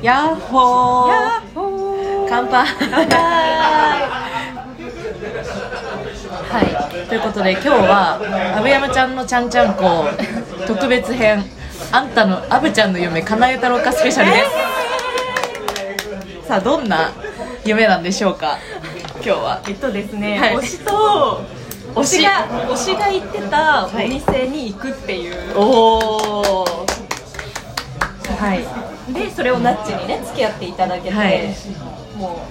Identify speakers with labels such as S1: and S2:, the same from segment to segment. S1: やっほー
S2: っほ
S1: 乾杯はいということで今日は阿部山ちゃんのちゃんちゃんこ特別編あんたの阿部ちゃんの夢叶えたろうかスペシャルですさあどんな夢なんでしょうか今日は
S2: えっとですね、
S1: はい
S2: 推しと
S1: 推
S2: 推
S1: し
S2: しが推しが行ってたお店に行くっていう、
S1: おおはい
S2: でそれをナッチにね付き合っていただけて、
S1: はい
S2: も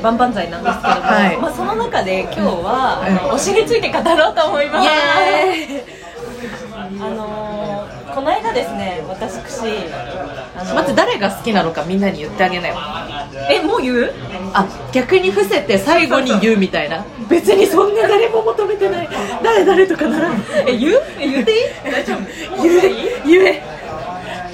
S2: う万々歳なんですけれども、
S1: はい
S2: まあ、その中で今日は、
S1: うん
S2: あの推しについて語ろうと思います
S1: イエ
S2: あのーこの間ですね私あの
S1: まず誰が好きなのかみんなに言ってあげなよ
S2: えもう言う
S1: あ逆に伏せて最後に言うみたいな別にそんな誰も求めてない誰誰とかならん
S2: え言うえ言っていい大丈夫もう
S1: 言
S2: いい
S1: え言え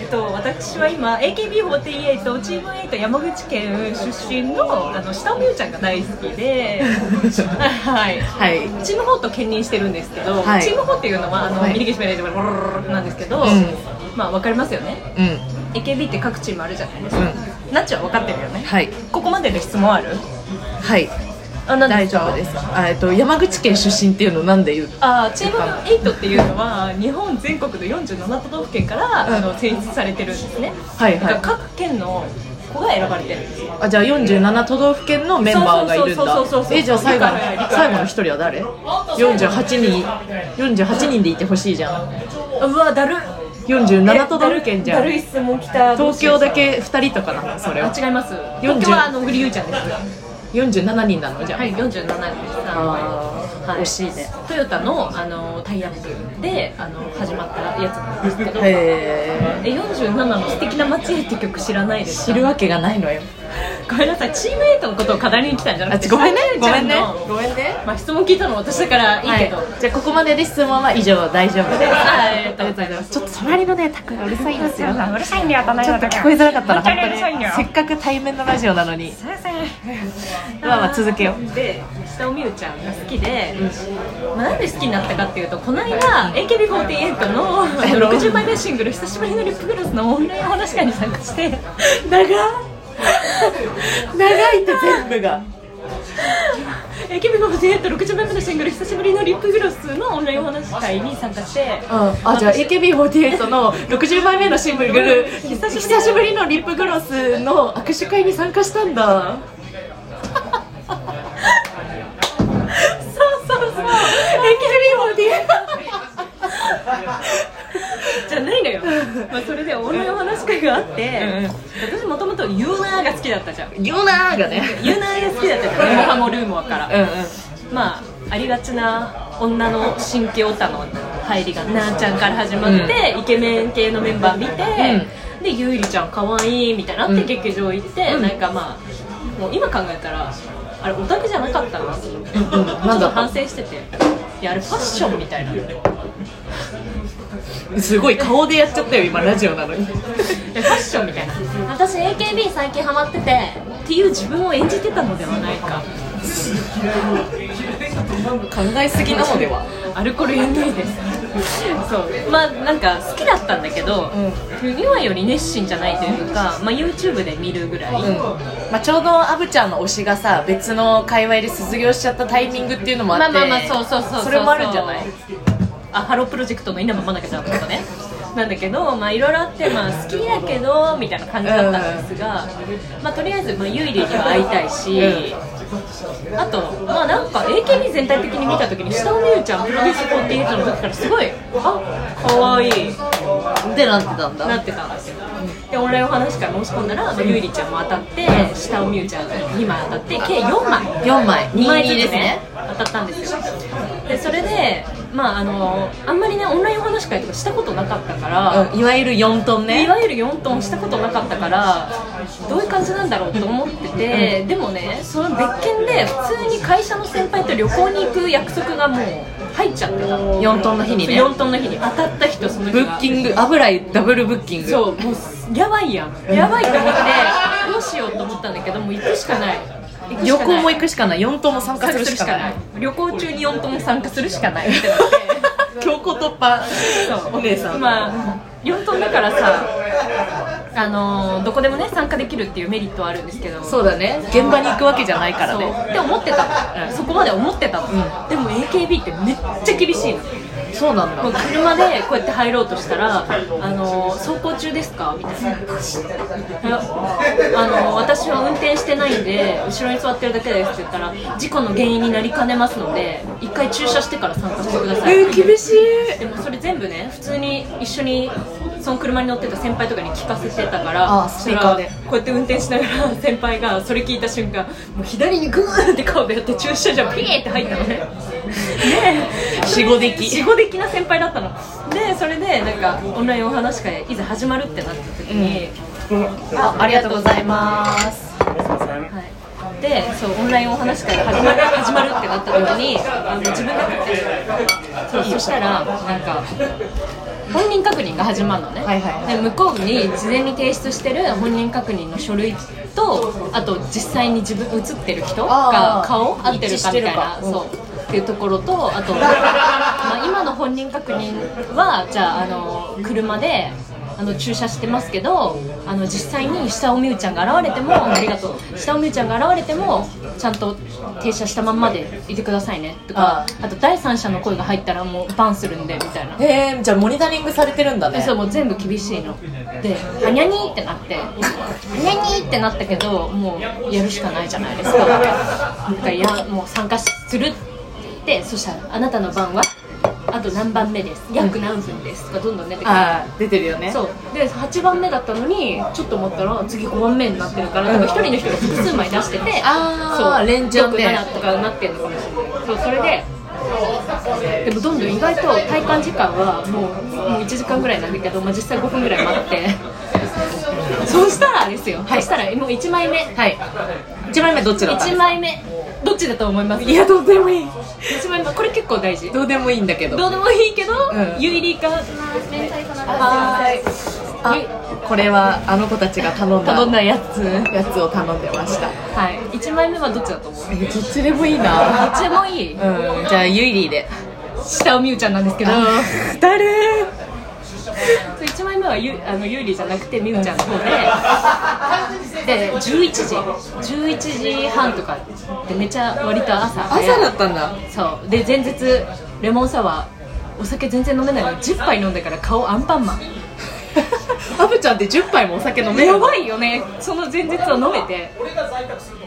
S2: えっと、私は今 AKB48 チーム8山口県出身のあの下尾美羽ちゃんが大好きで、はい、
S1: はい
S2: チーム4と兼任してるんですけど、
S1: はい
S2: チーム4っていうのはあの、
S1: はい
S2: ミリギシメレージブルブルブルブルなんですけど、
S1: ん
S2: まあわかりますよね
S1: うん
S2: AKB って各チームあるじゃないです
S1: う
S2: か、
S1: ん
S2: ナッチはわかってるよね
S1: はい
S2: ここまでで質問ある
S1: はい
S2: あ何
S1: 大
S2: です
S1: 丈
S2: か
S1: 夫ですあえっと山口県出身っていうのなんで言う
S2: あーチーム8っていうのは日本全国の47都道府県から、
S1: うん
S2: あの選出されてるんですね、
S1: はいはい
S2: だから各県の子が選ばれてるんですよ
S1: あじゃあ47都道府県のメンバーがいるん
S2: そうそうそうそう
S1: だ
S2: そう
S1: えじゃあ最後の
S2: 理解
S1: 最後の一人は誰48人48人でいてほしいじゃん
S2: うわだる
S1: 47都道府県じゃ
S2: だるい
S1: ん
S2: 質問来た
S1: 東京だけ2人とかなのそれ
S2: あ
S1: は
S2: 違います
S1: 40
S2: 東京はあの小栗優ちゃんです
S1: 47人なのじゃあ
S2: はい47です
S1: あー
S2: はい
S1: 惜しいね
S2: トヨタのあのタイアップであの始まったやつなんですけど
S1: へえ
S2: え47の「素敵な街へ」って曲知らないですか
S1: 知るわけがないのよ
S2: ごめんなさいチームエイトのことを語りに来たんじゃな
S1: あ
S2: くて
S1: ごめんねごめんね
S2: ちゃの
S1: ごめんね
S2: まあ、質問聞いたの私だからいいけど、
S1: はいじゃあここまでで質問は以上大丈夫です
S2: はいありがとうご
S1: ざいますちょっと隣のねたくがうるさいんですよ
S2: うるさいんだよ隣
S1: ちょっと聞こえづらかったら本当にせ
S2: せ
S1: っかく対面のラジオなのにまあまあ続けよう
S2: で下尾美羽ちゃんが好きで、まあ、なんで好きになったかっていうとこの間 AKB48 の60枚目シングル久しぶりのリップグロスのオンラインお話会に参加して
S1: 長い長いって全部が
S2: AKB4860 枚目のシングル久しぶりのリップグロスのオンラインお話会に参加して
S1: うん、あじゃあ AKB48 の60枚目のシングル久しぶりのリップグロスの握手会に参加したんだ
S2: そうそうそう AKB48 じゃないのよ、まあ、それでオンラインお話会があって私もともとユーナーが好きだったじゃん
S1: 言うなーがね
S2: ユーナーが好きだったじゃんモハモルーモアから
S1: うんうん
S2: まあありがちな女の神経オタの入りがなあちゃんから始まって、イケメン系のメンバー見て、でゆいりちゃんかわいいみたいになって劇場行って、なんかまあもう今考えたらあれオタクじゃなかったな、うん、ちょっ
S1: うんなんだ
S2: と反省してていやあれファッションみたいな。
S1: すごい顔でやっちゃったよ今ラジオなのに
S2: ファッションみたいな私 AKB 最近ハマっててっていう自分を演じてたのではないか
S1: 考えすぎなのでは
S2: アルコールやんないですそうまあなんか好きだったんだけど、今より熱心じゃないというか、まあ、YouTube で見るぐらい、
S1: うんまあ、ちょうどアブちゃんの推しがさ別の界隈で卒業しちゃったタイミングっていうのもあって
S2: まあまあまあそうそうそううう
S1: それもあるんじゃない
S2: あハロープロジェクトの稲葉真中ちゃんとかねなんだけどまあいろいろあってまあ好きだけどみたいな感じだったんですが、まあとりあえずまあゆいりには会いたいし、あとまあなんか AKB 全体的に見た時に下尾美羽ちゃんプロデュース48の時からすごいあ可愛い
S1: でなんてたんだ
S2: なってたんですよでオンラインお話から申し込んだら、まあ、ゆいりちゃんも当たって下尾美羽ちゃん2枚当たって計4枚
S1: 4枚
S2: 2
S1: 2
S2: 枚
S1: 枚入
S2: ずつ
S1: り
S2: ね
S1: ですね
S2: 当たったんですよでそれでまああのあんまりねオンラインお話会とかしたことなかったから、
S1: うんいわゆる4トン
S2: い
S1: ね
S2: わゆる4トンしたことなかったからどういう感じなんだろうと思ってて、でもねその別件で普通に会社の先輩と旅行に行く約束がもう入っちゃってたの
S1: 4トンの日にね
S2: 4トンの日に当たった人その
S1: ブ
S2: 日が
S1: ッキング油絵ダブルブッキング
S2: そうもうやばいやんやばいと思ってどうしようと思ったんだけどもう行くしかない行く
S1: 旅
S2: しかな
S1: 行
S2: い
S1: も行くしかない4トンも参加するしかない
S2: 旅行中に4トン参加するしかないってなって
S1: 強行突破
S2: そう
S1: お姉さん、
S2: まあ4トンだからさあのーどこでもね参加できるっていうメリットはあるんですけど
S1: そうだね現場に行くわけじゃないからね
S2: そうって思ってた、
S1: うん
S2: そこまで思ってたの、
S1: ん
S2: でも AKB ってめっちゃ厳しいの
S1: そうなん
S2: もう
S1: だ
S2: 車でこうやって入ろうとしたら「あの走行中ですか?」みたいな「いやあの私は運転してないんで後ろに座ってるだけです」って言ったら「事故の原因になりかねますので一回駐車してから参加してください」
S1: えー、厳しい
S2: でもそれ全部ね普通に一緒にその車に乗ってた先輩とかに聞かせてたから
S1: あスピーカーで
S2: そしたらこうやって運転しながら先輩がそれ聞いた瞬間もう左にグーンって顔でやって駐車場ピーって入ったのねねえ
S1: 死後的
S2: 死後的な先輩だったのでそれでなんかオンラインお話し会いざ始まるってなった時に、
S1: あありがとうございます
S2: はい、でそうオンラインお話し会が始まる始まるってなった時にあの自分がそうそしたらなんか本人確認が始まるのね、
S1: はいはいはい
S2: で向こうに事前に提出してる本人確認の書類とあと実際に自分写ってる人
S1: あ
S2: が
S1: ー
S2: 顔合ってるかみたい
S1: 一
S2: な
S1: 致してるかうん
S2: そうっていうところとあと、まあ、今の本人確認はじゃああの車であの駐車してますけどあの実際に下尾美羽ちゃんが現れてもありがとう下尾美羽ちゃんが現れてもちゃんと停車したまんまでいてくださいねとか
S1: あ
S2: あと第三者の声が入ったらもうバンするんでみたいな
S1: へえじゃあモニタリングされてるんだね
S2: そうもう全部厳しいので「はにゃに」ってなって「はにゃに」ってなったけどもうやるしかないじゃないですかなんかいやもう参加するってそしたら「あなたの番はあと何番目です約何分です」とかどんどん出てくる
S1: あー出てるよね
S2: そうで8番目だったのにちょっと思ったら次5番目になってるから多分1人の人が複数枚出してて
S1: あー
S2: そう
S1: 連チャンで
S2: 6 7とかなってるのかもしれないそうそれででもどんどん意外と体感時間はもうもう1時間ぐらいなんだけど、まあ、実際5分ぐらい待って そうしたらですよ、そうしたらもう1枚目
S1: はい1枚目どっちだった
S2: 1枚目どっちだと思います
S1: いやどうでもいい
S2: 1枚目これ結構大事
S1: どうでもいいんだけど
S2: どうでもいいけど、
S1: うん
S2: ゆいりか
S1: はいあこれはあの子たちが頼んだ
S2: 頼んだやつ
S1: やつを頼んでました
S2: はい1枚目はどっちだと思う
S1: えどっちでもいい
S2: ど
S1: な
S2: っちでもいい
S1: うんじゃあゆいりーで
S2: 下尾美羽ちゃんなんですけど
S1: 誰
S2: 1枚目はゆあのゆうりじゃなくて美羽ちゃんの方でで11時11時半とかでめちゃ割と朝
S1: 朝
S2: 早い
S1: だったん だ
S2: そうで前日レモンサワーお酒全然飲めないのに10杯飲んだから顔アンパンマン
S1: アブちゃんって10杯もお酒飲める
S2: やばいよねその前日は飲めて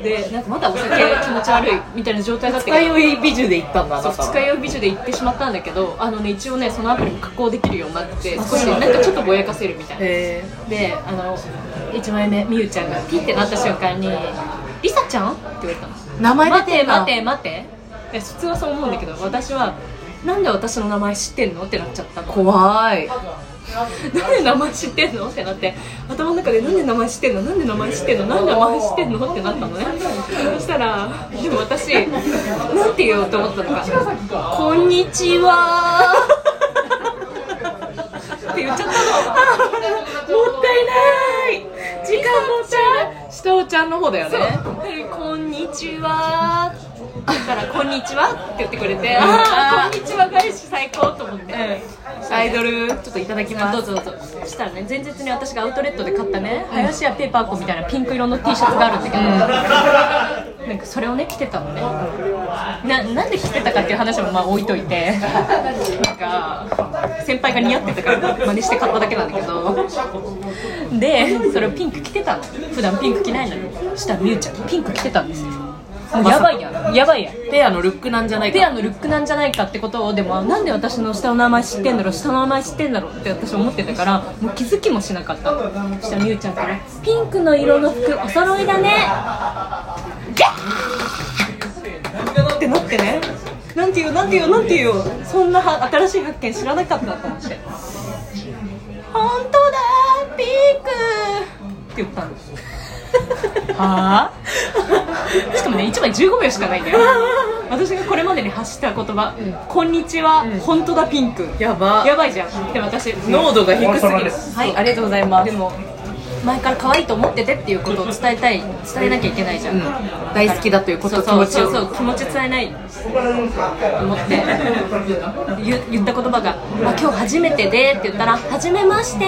S2: でなんかまだお酒気持ち悪いみたいな状態だったけど
S1: 二日酔い美女で行ったんだあなた
S2: 二
S1: は
S2: 日酔い美女で行ってしまったんだけどあのね一応ねそのアプリも加工できるようになって少しなんかちょっとぼやかせるみたいな
S1: え
S2: であの1枚目みゆちゃんがピッてなった瞬間に「りさちゃん?」って言われたの
S1: ー名前出
S2: 待
S1: て
S2: て
S1: んな
S2: 待て待てで普通はそう思うんだけど私はなんで私の名前知ってんのってなっちゃったの
S1: 怖い
S2: なんで名前知ってんのってなって頭の中でなんで名前知ってんのなんで名前知ってんのなんで名前知ってんのってなったのねそしたらでも私なんて言おうと思ったのか「こんにちは」って言っちゃったのもったいない時間もったいない
S1: 下おちゃんの方だよね
S2: そうこんにちはだから「こんにちは」って言ってくれて「
S1: あー
S2: ああこんにちは返し最高」と思って、
S1: アイドルちょっといただきます
S2: どうぞどうぞそしたらね前日に私がアウトレットで買ったね林家ペーパー子みたいなピンク色の T シャツがあるんだけど、なんかそれをね着てたのねななんで着てたかっていう話もまあ置いといてなんか先輩が似合ってたから真似して買っただけなんだけどでそれをピンク着てたの普段ピンク着ないのにそしたらみゆちゃんピンク着てたんですよもうやばいやんやばいやん
S1: ペアのルックなんじゃないか
S2: ペアのルックなんじゃないかってことをでもなんで私の下の名前知ってんだろう下の名前知ってんだろうって私思ってたからもう気づきもしなかったのそしたらみゆちゃんから「ピンクの色の服お揃いだね」ギャッってなってねなんていうなんていうなんていうそんなは新しい発見知らなかったと思って「本当だピンク!」って言ったんです
S1: は
S2: しかもね1枚15秒しかないんだよ私がこれまでに発した言葉「こんにちは、本当だピンク」
S1: あやば
S2: やばいじゃんでも私
S1: 濃度が低すぎる
S2: はいありがとうございますでも前から可愛いと思っててっていうことを伝えたい伝えなきゃいけないじゃん、
S1: うん大好きだということ
S2: そうそ
S1: 気持
S2: う
S1: ち
S2: そ
S1: を
S2: うそう気持ち伝えないと思って言言った言葉が「あ今日初めてで」って言ったら「初めまして」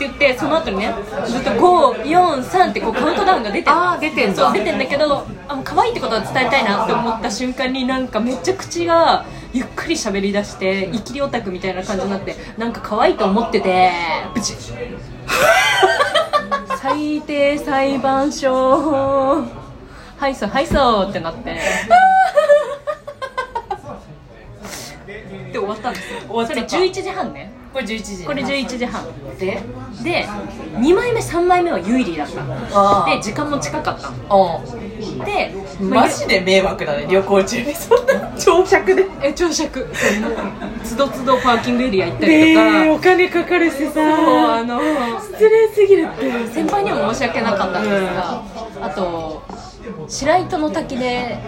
S2: 言ってその後にねずっと543ってこうカウントダウンが出て
S1: あー出てんだ
S2: そう出てんだけどあもう可愛いってことは伝えたいなって思った瞬間になんかめっちゃ口がゆっくり喋り出してイキリオタクみたいな感じになってなんか可愛いと思っててブチ最低裁判所はいそうはいそうってなってで終わったんですよ
S1: 終わっちゃった
S2: それ11時半ね
S1: これ11時
S2: これ11時半
S1: で
S2: で2枚目3枚目はユイリーだった
S1: あー
S2: で時間も近かった
S1: う
S2: で、
S1: ん
S2: まあ
S1: マジで迷惑だね旅行中にそんな長尺で
S2: え朝 食つどつどパーキングエリア行ったりと
S1: ねえ
S2: か、
S1: お金かかるしさ
S2: もうあの
S1: 失礼すぎるって
S2: 先輩にも申し訳なかったんですが、あと白糸の滝で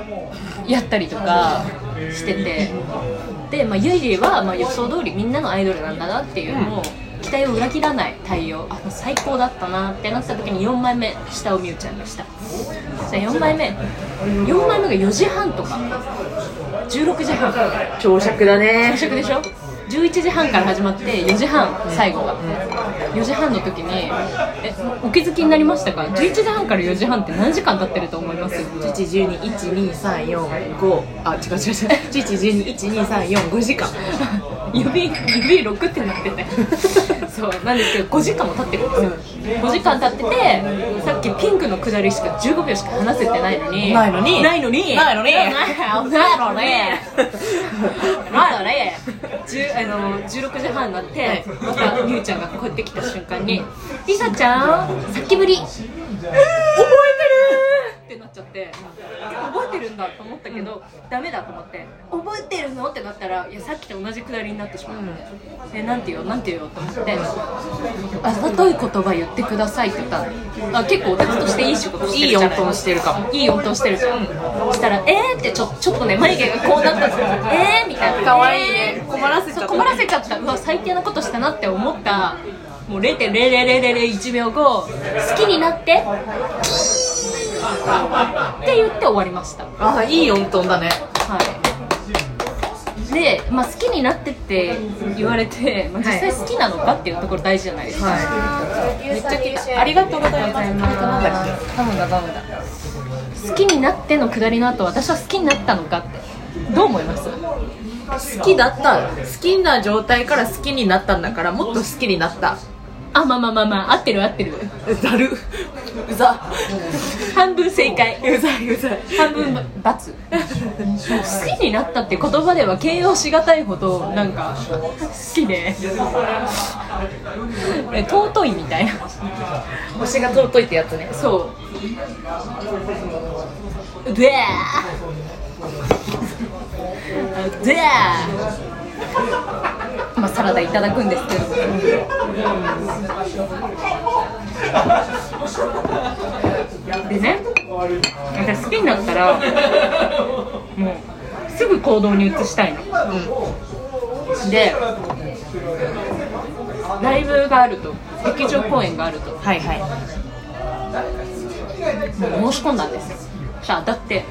S2: やったりとかしててで、まあ、ゆいりはまあ予想通りみんなのアイドルなんだなっていうのを期待を裏切らない対応あもう最高だったなってなった時に4枚目下をみゆちゃんがしたそ4枚目4枚目が4時半とか16時半
S1: 長尺だね
S2: 朝食でしょ11時半から始まって4時半最後が4時半の時に「えお気づきになりましたか11時半から4時半って何時間経ってると思います?」
S1: 11121345あ違う違う違う11121345時間
S2: 指指6ってな っててそうなんですけど5時間も経ってるんですよ5時間経っててさっきピンクのくだりしか15秒しか話せてないのに
S1: ないのに
S2: ないの に
S1: ないのに
S2: ないのにないのにじゅあの16時半になって、
S1: はい
S2: またみゆちゃんがこうやって来た瞬間に「りさちゃんさっきぶり!」
S1: 覚
S2: ってなっちゃって覚えてるんだと思ったけど、ダメだと思って覚えてるのってなったらいやさっきと同じくだりになってしまって、えなんて言うよなんて言うよと思ってあざとい言葉言ってくださいって言ったのあ結構オタクとしていい仕事してるじゃない
S1: いい音してるかも
S2: いい音してるじゃん、したらえーってちょちょっとね眉毛がこうなったのえーみたいな
S1: 可愛いね
S2: えー
S1: 困らせちゃった
S2: そう困らせちゃったうわ最低なことしたなって思ったもう0.00001秒後好きになってって言って終わりました
S1: ああいい音トンだね
S2: はいで、まあ、好きになってって言われて、まあ、実際好きなのかっていうところ大事じゃないですか、
S1: は
S2: めっちゃ聞いた
S1: ありがとうございます
S2: ありがとうございま
S1: ダムだダムだ
S2: す好きになってのくだりの後私は好きになったのかってどう思います
S1: 好きだった好きな状態から好きになったんだからもっと好きになった
S2: あまあまあまあまあ合ってる合ってる
S1: ざるうざ
S2: 半分正解
S1: うざいうざい
S2: 半分×好きになったって言葉では形容しがたいほどなんか好きでえ尊いみたいな
S1: 星が尊いってやつね
S2: そうでーでまあサラダいただくんですけどでね私好きになったらもうすぐ行動に移したいの、でライブがあると劇場公演があると
S1: はいは
S2: 申し込んだんですよそしたら当たって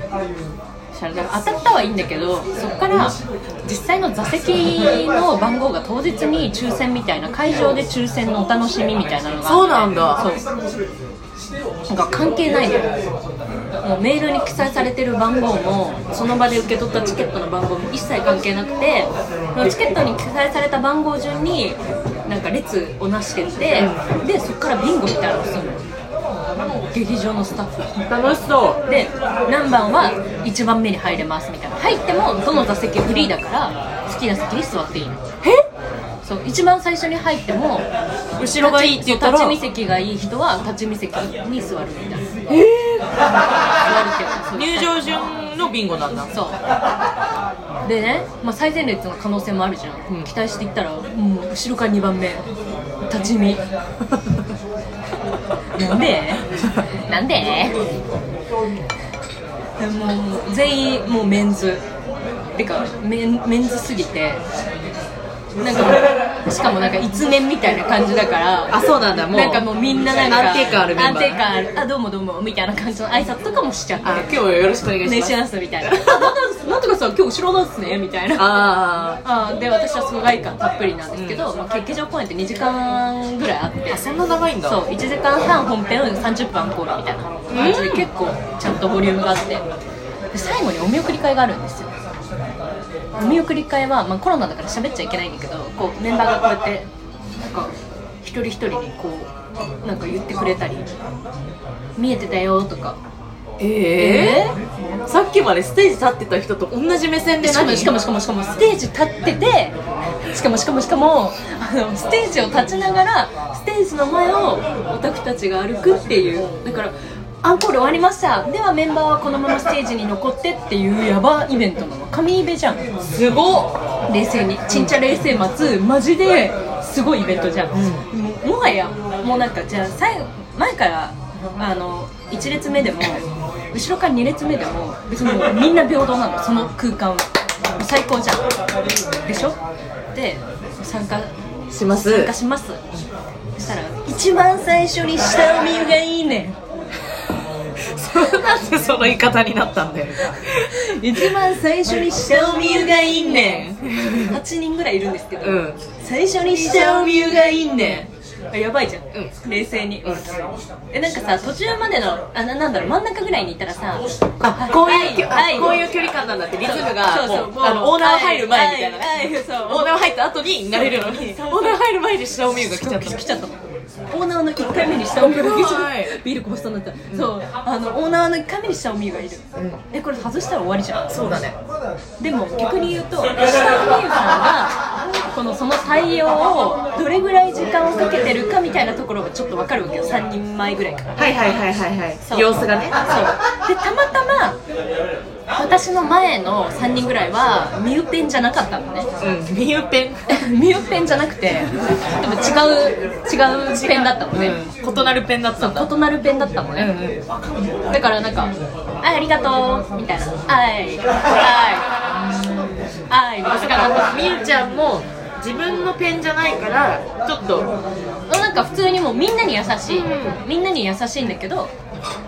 S2: そしたらだから当たったはいいんだけどそこから実際の座席の番号が当日に抽選みたいな会場で抽選のお楽しみみたいなのがあって
S1: そうなんだ
S2: そうなんか関係ないのよもうメールに記載されてる番号もその場で受け取ったチケットの番号も一切関係なくてそのチケットに記載された番号順になんか列をなしてってでそこからビンゴみたいなのをするの劇場のスタッフ
S1: い楽しそ
S2: で何番は1番目に入れますみたいな入ってもどの座席フリーだから好きな席に座っていいのえそう一番最初に入っても
S1: う後ろがいいって言ったら
S2: 立ち見席がいい人は立ち見席に座るみたいなえ座るって
S1: 入
S2: いうか
S1: 場順のビンゴなんだ
S2: そうそうでね、まあ、最前列の可能性もあるじゃん、
S1: うん
S2: 期待していったらもう後ろから2番目立 ち見なんでなんででもう全員もうメンズてかメンメンズすぎてなんかもうしかもなんか一年みたいな感じだから
S1: あそうなんだもう
S2: なんかもうみんななんか
S1: 安定感あるメンバー
S2: 安定感あるあどうもどうもみたいな感じの挨拶とかもしちゃって
S1: あ今日はよろしくお願いし
S2: ね
S1: ま
S2: し
S1: す、
S2: ますみたいな「あなんとかなんとかさん今日後ろなんすね」みたいな
S1: あ
S2: あで私は疎外感たっぷりなんですけど、まあ、劇場公演って2時間ぐらいあって
S1: あそんな長いんだ
S2: そう1時間半本編を30分アンコールみたいな感じで結構ちゃんとボリュームがあってで最後にお見送り会があるんですよお見送り会は、まあ、コロナだから喋っちゃいけないんだけどこうメンバーがこうやってなんか一人一人にこうなんか言ってくれたり「見えてたよ」とか
S1: ええさっきまでステージ立ってた人と同じ目線で
S2: しかも
S1: 何
S2: しかもしかもしかもステージ立っててしかもしかもしかもあのステージを立ちながらステージの前をオタクたちが歩くっていうだからアンコール終わりましたではメンバーはこのままステージに残ってっていうヤバイベントなの神イベじゃん
S1: すごっ
S2: 冷静にちんちゃ冷静松マジですごいイベントじゃん、ももはやもうなんかじゃあ最後前からあの1列目でも後ろから2列目でも別にもうみんな平等なのその空間は最高じゃんでしょで参加
S1: します
S2: 参加しますそしたら一番最初に下を見るがいいねん
S1: そうなんでその言い方になったんだよ
S2: 一番最初に下を見るがいいねん8人ぐらいいるんですけど、
S1: うん
S2: 最初に下を見るがいいねんあやばいじゃん、冷静に、えなんかさ途中までのあななんだろう真ん中ぐらいにいたらさ
S1: あこういうきょ、
S2: はい
S1: あこういう距離感なんだってリズム
S2: そ
S1: が
S2: うそう
S1: もう
S2: もう
S1: あのオーナー入る前みたいなね
S2: はいはいそう
S1: オーナー入った後になれるのにオー
S2: そう
S1: ナー入る前で下を見るが来ちゃった
S2: 来ちゃったのオーナーの1回目に下を見るがいる
S1: すごい
S2: ビールこぼしそうになった、そうあのオーナーの1回目に下を見るがいる、えこれ外したら終わりじゃん
S1: そうだね
S2: でも逆に言うと下尾美優さんがこのその対応をどれぐらい時間をかけてるかみたいなところがちょっと分かるわけよ3人前ぐらいから
S1: はいはいはいはいはい
S2: そう
S1: 様子がね
S2: そうでたまたま私の前の3人ぐらいはミューペンじゃなかったのね
S1: うんミューペン
S2: ミューペンじゃなくてでも違う違うペンだったのね、
S1: うん異なるペンだったんだ
S2: 異なるペンだったのね、だからなんか「あありがとう」みたいな「はいはいはい」み
S1: だ
S2: た
S1: か
S2: いな
S1: らみゆちゃんも自分のペンじゃないからちょっと
S2: なんか普通にもうみんなに優しい、
S1: う
S2: みんなに優しいんだけど、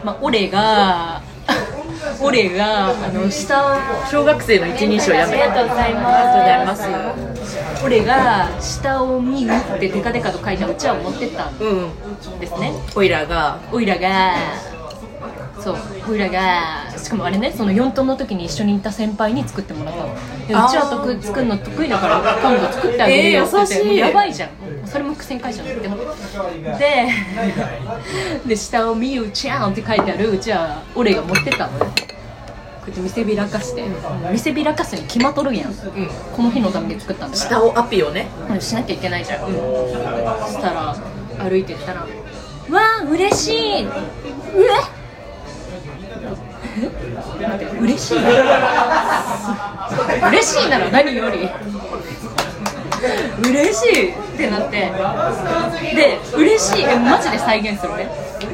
S2: まあ、俺が 俺があの下を
S1: 小学生の一人称やめ
S2: ありがとうございます
S1: ありがとうございます
S2: 俺が下を見るってデカデカと書いたうちわを持ってったん
S1: うん
S2: ですね
S1: オイラが
S2: おいらがそうおいらがしかもあれねその4トンの時に一緒にいた先輩に作ってもらったのでう
S1: あー
S2: ちは得意作るの得意だから今度作ってあげるよって言って、
S1: えー優しい
S2: やばいじゃんそれも苦戦解消なんだけ どでで下を「みゆちゃん」って書いてあるうちは俺が持ってったのねこうやって見せびらかして見せびらかすに決まっとるやん、この日のために作ったんだから
S1: 下をアピをね
S2: しなきゃいけないじゃん、そしたら歩いてったら「うわあ嬉しいうえ待って嬉しい 嬉しいなら何より嬉しいってなってで嬉しいえマジで再現するね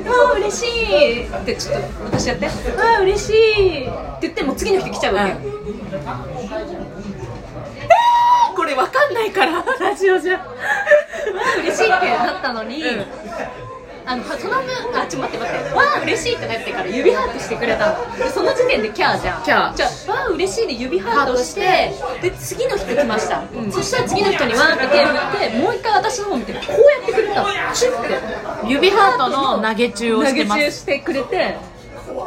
S2: うわ嬉しいってちょっと私やってうわ嬉しいって言ってもう次の人来ちゃうわけよ、
S1: これわかんないから ラジオじゃ
S2: 嬉しいってなったのに、
S1: うん
S2: あのその分あちょ待って待ってわあ嬉しいってなってから指ハートしてくれたのでその時点でキャーじゃん
S1: キャー
S2: じゃあわあ嬉しいで指ハートしてで次の人来ました、そしたら次の人にわーって手振ってもう一回私の方見てこうやってくれたのシュッて
S1: 指ハートの投げ中をしてま
S2: 投げ
S1: す
S2: 中してくれてうぐ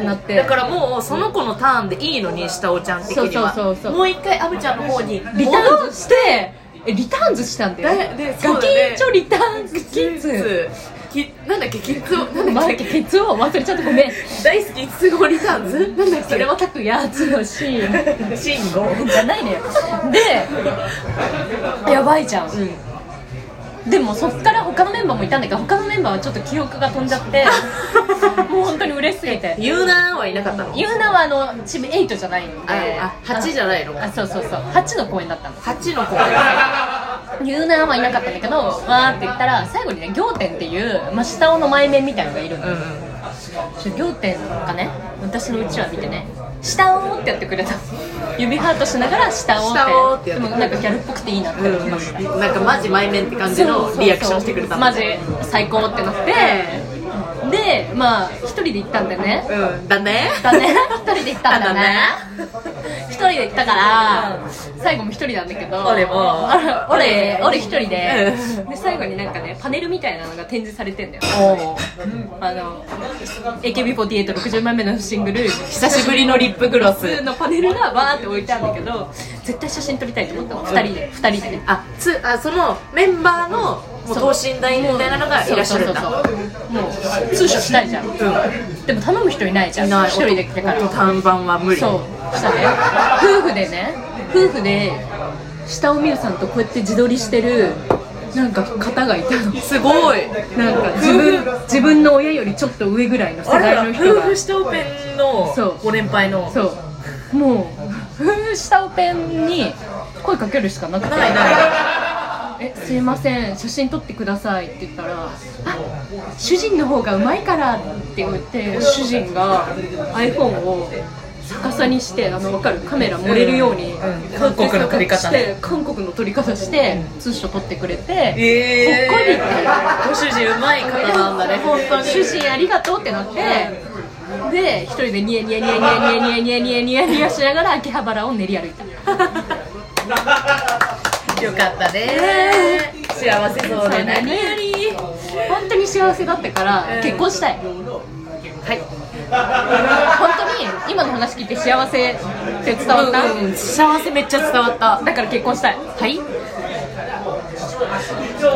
S2: ーなって
S1: だからもうその子のターンでいいのに下尾ちゃん的には
S2: そうそうそうそう
S1: もう一回アブちゃんの方にリタ
S2: リターンズしてえリターンズしたんだよ
S1: だでそう
S2: ガ
S1: だ
S2: キ
S1: ね
S2: ンチョリターンズキッズ
S1: きなんだっけキッズをなんだ
S2: マ
S1: っ
S2: イケ
S1: け
S2: ケツを忘れちゃってごめん
S1: 大好きいつごリターンズなんだっけ
S2: それは拓也つのシー
S1: シンゴ
S2: ンじゃないのよでやばいじゃん、でもそっから他のメンバーもいたんだけど他のメンバーはちょっと記憶が飛んじゃってもう本当に嬉しすぎて
S1: ユーナーはいなかったの
S2: ゆうなはあのチーム8じゃないんで
S1: ああ8じゃないの
S2: あそうそうそう8の公演だったの
S1: 8の子
S2: ゆうなはいなかったんだけどわーって言ったら最後にね仰天っていう、まあ、下尾の前面みたいなのがいるの、
S1: うん
S2: 修行店がね私のうちわ見てね「下を」ってやってくれた 指ハートしながら「下を」
S3: 下をっ
S2: ってて
S3: や
S2: で
S3: って
S2: も
S3: くれた
S2: なんかギャルっぽくていいなって思いました、
S3: なんかマジ前面って感じのリアクションしてくれた
S2: マジ最高ってなって、でまあ一人で行ったんだよね
S3: うんだね
S2: だね一人で行ったんだね
S3: だね
S2: 一人で行ったから最後も一人なんだけど
S3: 俺も
S2: あ 俺俺一人で
S3: う
S2: で最後になんかねパネルみたいなのが展示されてんだよ
S1: おお
S2: あの AKB4860 枚目のシングル
S3: 久しぶりのリップグロス
S2: のパネルがバーって置いてあるんだけど絶対写真撮りたいと思ったの2人で2人でね
S3: あつあそのメンバーのもう等身大みたいなのがいらっしゃるんだ
S2: そうそうそうもう通所したいじゃん、でも頼む人いないじゃん
S3: いない
S2: 一人で来てから
S3: 音短板は無理
S2: そうしたね夫婦でね夫婦で下を見るさんとこうやって自撮りしてるなんか方がいたの
S3: すごい
S2: なんか自分自分の親よりちょっと上ぐらいの世
S1: あれ
S2: 代
S1: ら
S2: の人
S1: 夫
S2: が
S1: 婦下オペンの
S2: そう
S1: ご年配の
S2: そうもう夫婦下オペンに声かけるしかなくて
S1: ないない
S2: えすいません写真撮ってくださいって言ったら「あ主人の方がうまいから」って言って主人が iPhone を逆さにしてあの分かるカメラ盛れるよう
S1: う
S2: に、
S1: ん韓国の撮り方ね
S2: して韓国の撮り方して通所撮ってくれてほっこ
S1: えー
S2: りって
S1: ご主人うまい方なんだね本当に
S2: 主人ありがとうってなってで一人でニヤニヤニヤニヤニヤニヤニヤニヤニヤしながら秋葉原を練り歩いた
S1: よかったね幸せそうで
S2: 何
S1: ね
S2: より本当に幸せだったから結婚したい、はい本当に今の話聞いて幸せって伝わった、
S3: 幸せめっちゃ伝わった
S2: だから結婚したいはい